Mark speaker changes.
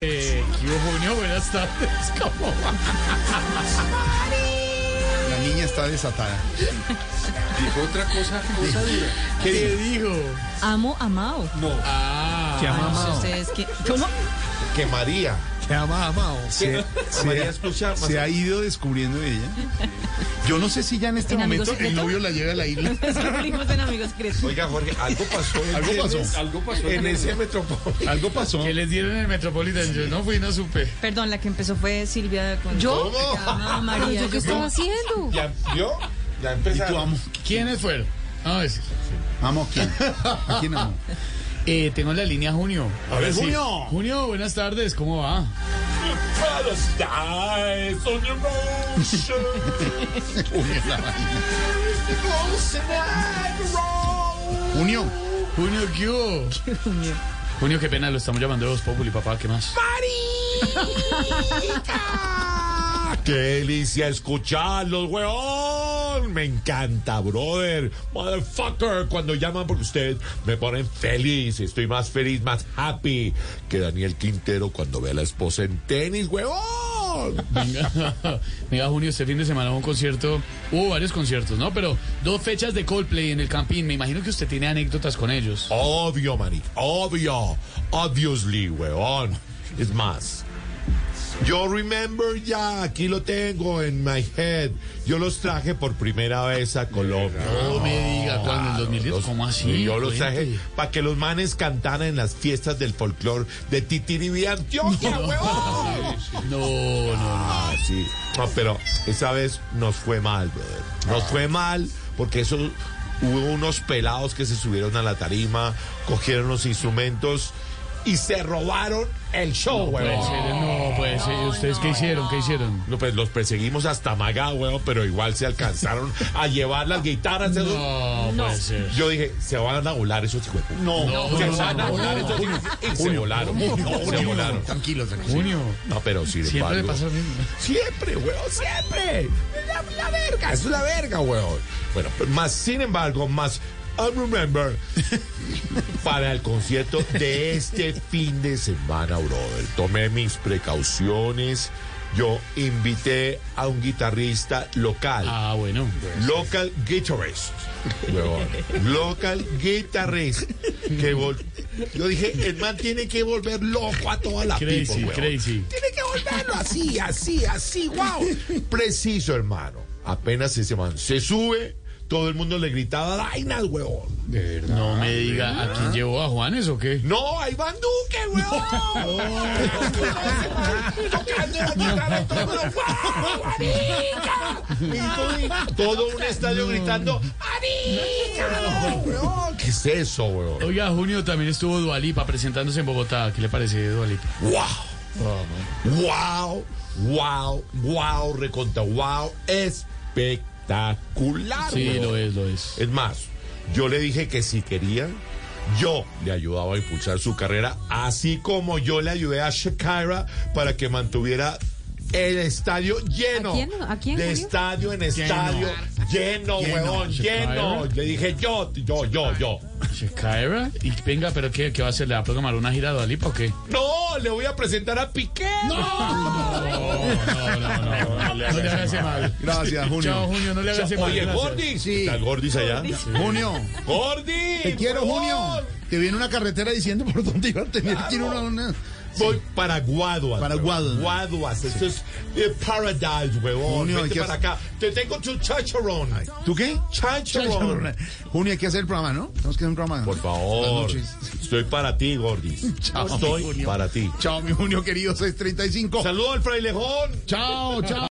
Speaker 1: Eh, buenas tardes, ¿cómo va?
Speaker 2: La niña está desatada.
Speaker 3: Dijo otra cosa, cosa dura.
Speaker 1: ¿Qué le dijo?
Speaker 4: Amo a Mao.
Speaker 3: No.
Speaker 1: Ah,
Speaker 5: Que ama a
Speaker 4: No sé
Speaker 5: Mao.
Speaker 4: ustedes qué. ¿Cómo?
Speaker 3: Que María.
Speaker 5: Que ama a Mao.
Speaker 2: Se, se
Speaker 3: María
Speaker 2: ha-
Speaker 3: escucha más-
Speaker 2: se ha ido descubriendo ella. Yo no sé si ya en este
Speaker 4: ¿En amigo
Speaker 2: momento el
Speaker 4: secreto?
Speaker 2: novio la lleva a la isla.
Speaker 4: Es que venimos en Amigos Secretos.
Speaker 3: Oiga, Jorge, algo pasó. en-
Speaker 2: Algo pasó.
Speaker 3: Algo pasó.
Speaker 2: En ese
Speaker 3: metropolitano.
Speaker 2: Algo pasó.
Speaker 1: que les dieron en el Metropolitan. Yo no fui, no supe.
Speaker 4: Perdón, la que empezó fue Silvia con.
Speaker 3: ¿Yo?
Speaker 4: Te amo,
Speaker 6: Pero
Speaker 4: María.
Speaker 6: yo qué estaba haciendo.
Speaker 3: ¿Ya vio? Ya
Speaker 2: ¿Y tú
Speaker 3: empezaron.
Speaker 2: amo?
Speaker 1: ¿Quiénes fueron? Vamos a decir.
Speaker 2: ¿Amo a quién? ¿A quién amo?
Speaker 1: Eh, tengo en la línea Junio.
Speaker 2: A ver,
Speaker 1: Sí.
Speaker 2: Junio.
Speaker 1: Junio, buenas tardes, ¿cómo va?
Speaker 3: Paradise on your motion.
Speaker 2: Junio, la vaina.
Speaker 3: Close and roll.
Speaker 2: Junio,
Speaker 1: Junio, ¿qué hubo?
Speaker 4: Junio.
Speaker 1: Junio, qué pena, lo estamos llamando de Voz Populi, papá, ¿qué más?
Speaker 3: ¡Marita! ¡Qué delicia escucharlos, weón! Me encanta, brother. Motherfucker, cuando llaman por ustedes me ponen feliz. Estoy más feliz, más happy que Daniel Quintero cuando ve a la esposa en tenis, weón.
Speaker 1: Venga, venga, Junio, este fin de semana hubo un concierto, hubo varios conciertos, ¿no? Pero dos fechas de Coldplay en el Campín, me imagino que usted tiene anécdotas con ellos.
Speaker 3: Obvio, Mari, obvio. Obviously, weón. Es más. Yo remember ya, aquí lo tengo en my head. Yo los traje por primera vez a Colombia.
Speaker 1: No me diga, ¿cuándo? ¿En
Speaker 3: Claro,
Speaker 1: 2010?
Speaker 3: los-
Speaker 1: ¿Cómo así?
Speaker 3: Yo los
Speaker 1: Ah, Cuente.
Speaker 3: traje para que los manes cantaran en las fiestas del folclore de Titiribí, Antioquia, huevón.
Speaker 1: No, no, no.
Speaker 3: Ah, sí. No, pero esa vez nos fue mal, brother. Nos fue mal porque eso hubo unos pelados que se subieron a la tarima, cogieron los instrumentos y se robaron el show,
Speaker 1: Puede
Speaker 3: huevón.
Speaker 1: ser, no, puede ser. ¿Y ¿Ustedes qué hicieron? ¿Qué hicieron?
Speaker 3: No, pues los perseguimos hasta Magá, huevón, pero igual se alcanzaron a llevar las guitarras. esos-
Speaker 1: No, puede ser.
Speaker 3: Yo dije, se van a volar esos hijos. No,
Speaker 1: No,
Speaker 3: se
Speaker 1: no,
Speaker 3: van a
Speaker 1: no,
Speaker 3: volar
Speaker 1: no,
Speaker 3: esos hijos. Y se volaron. se volaron.
Speaker 2: tranquilo, tranquilo.
Speaker 1: Junio.
Speaker 3: No, pero sin
Speaker 1: Siempre le
Speaker 3: embargo-
Speaker 1: pasa lo mismo.
Speaker 3: Siempre, weón, siempre. La, la verga, es la verga, weón. Bueno, pero más sin embargo, más I remember para el concierto de este fin de semana, brother. Tomé mis precauciones. Yo invité a un guitarrista local.
Speaker 1: Ah, bueno.
Speaker 3: Local guitarist. Huevón. Local guitarist. Que vol- Yo dije, el man tiene que volver loco a toda la
Speaker 1: Crazy,
Speaker 3: people, huevón.
Speaker 1: crazy.
Speaker 3: Tiene que volverlo así, así, así, wow. Preciso, hermano. Apenas ese man se sube, todo el mundo le gritaba vainas, huevón.
Speaker 1: No me diga, ¿a quién llevó a Juanes o qué?
Speaker 3: No, ahí van Duque, huevón. Tocando la guitarra y todo el mundo, ¡guau, marica! Y todo- Todo un estadio gritando, ¡Arica! huevón! ¿Qué es eso, huevón?
Speaker 1: Oiga, Junio también estuvo Dualipa presentándose en Bogotá. ¿Qué le parece Dualipa?
Speaker 3: ¡Wow! Wow, wow, wow, reconta, wow, espectacular.
Speaker 1: Sí,
Speaker 3: weón.
Speaker 1: lo es, lo es.
Speaker 3: Es más, yo le dije que si quería, yo le ayudaba a impulsar su carrera, así como yo le ayudé a Shakira para que mantuviera el estadio lleno.
Speaker 6: ¿A quién? ¿A quién,
Speaker 3: De
Speaker 6: Julio?
Speaker 3: estadio en estadio. Lleno, huevón,
Speaker 1: Shakira.
Speaker 3: lleno. Le dije yo, yo, yo, yo.
Speaker 1: Shakira. Y venga, ¿pero qué, qué va a hacer? ¿Le va a programar una gira a Dualipa o qué?
Speaker 3: No, le voy a presentar a Piqué.
Speaker 1: No, no, no, no. No le hagas ese mal.
Speaker 2: Gracias, Junio.
Speaker 1: Chao, Junio, no le hagas ese mal.
Speaker 3: Oye,
Speaker 1: gracias.
Speaker 3: Gordis.
Speaker 2: Sí.
Speaker 3: ¿Está el Gordis allá?
Speaker 2: Junio,
Speaker 3: ¡Gordi!
Speaker 2: te quiero,
Speaker 3: huevón.
Speaker 2: Junio. Te viene una carretera diciendo por dónde iba a tener que ir una. una-
Speaker 3: Voy para Guaduas.
Speaker 2: Para
Speaker 3: weón.
Speaker 2: Guaduas.
Speaker 3: Guaduas. Esto es eh, Paradise, huevón.
Speaker 2: Junio, hay
Speaker 3: Vete
Speaker 2: que
Speaker 3: para
Speaker 2: hacer-
Speaker 3: acá. Te tengo tu chacharón.
Speaker 2: ¿Tú qué?
Speaker 3: Chacharón.
Speaker 2: Junio, hay que hacer el programa, ¿no? Tenemos que hacer un programa.
Speaker 3: Por favor.
Speaker 2: Las noches.
Speaker 3: Estoy para ti, Gordis.
Speaker 2: Chao, Oh. mi
Speaker 3: Estoy
Speaker 2: Junio.
Speaker 3: para ti.
Speaker 2: Chao, mi Junio querido, 635.
Speaker 3: Saludos al frailejón.
Speaker 1: Chao, chao.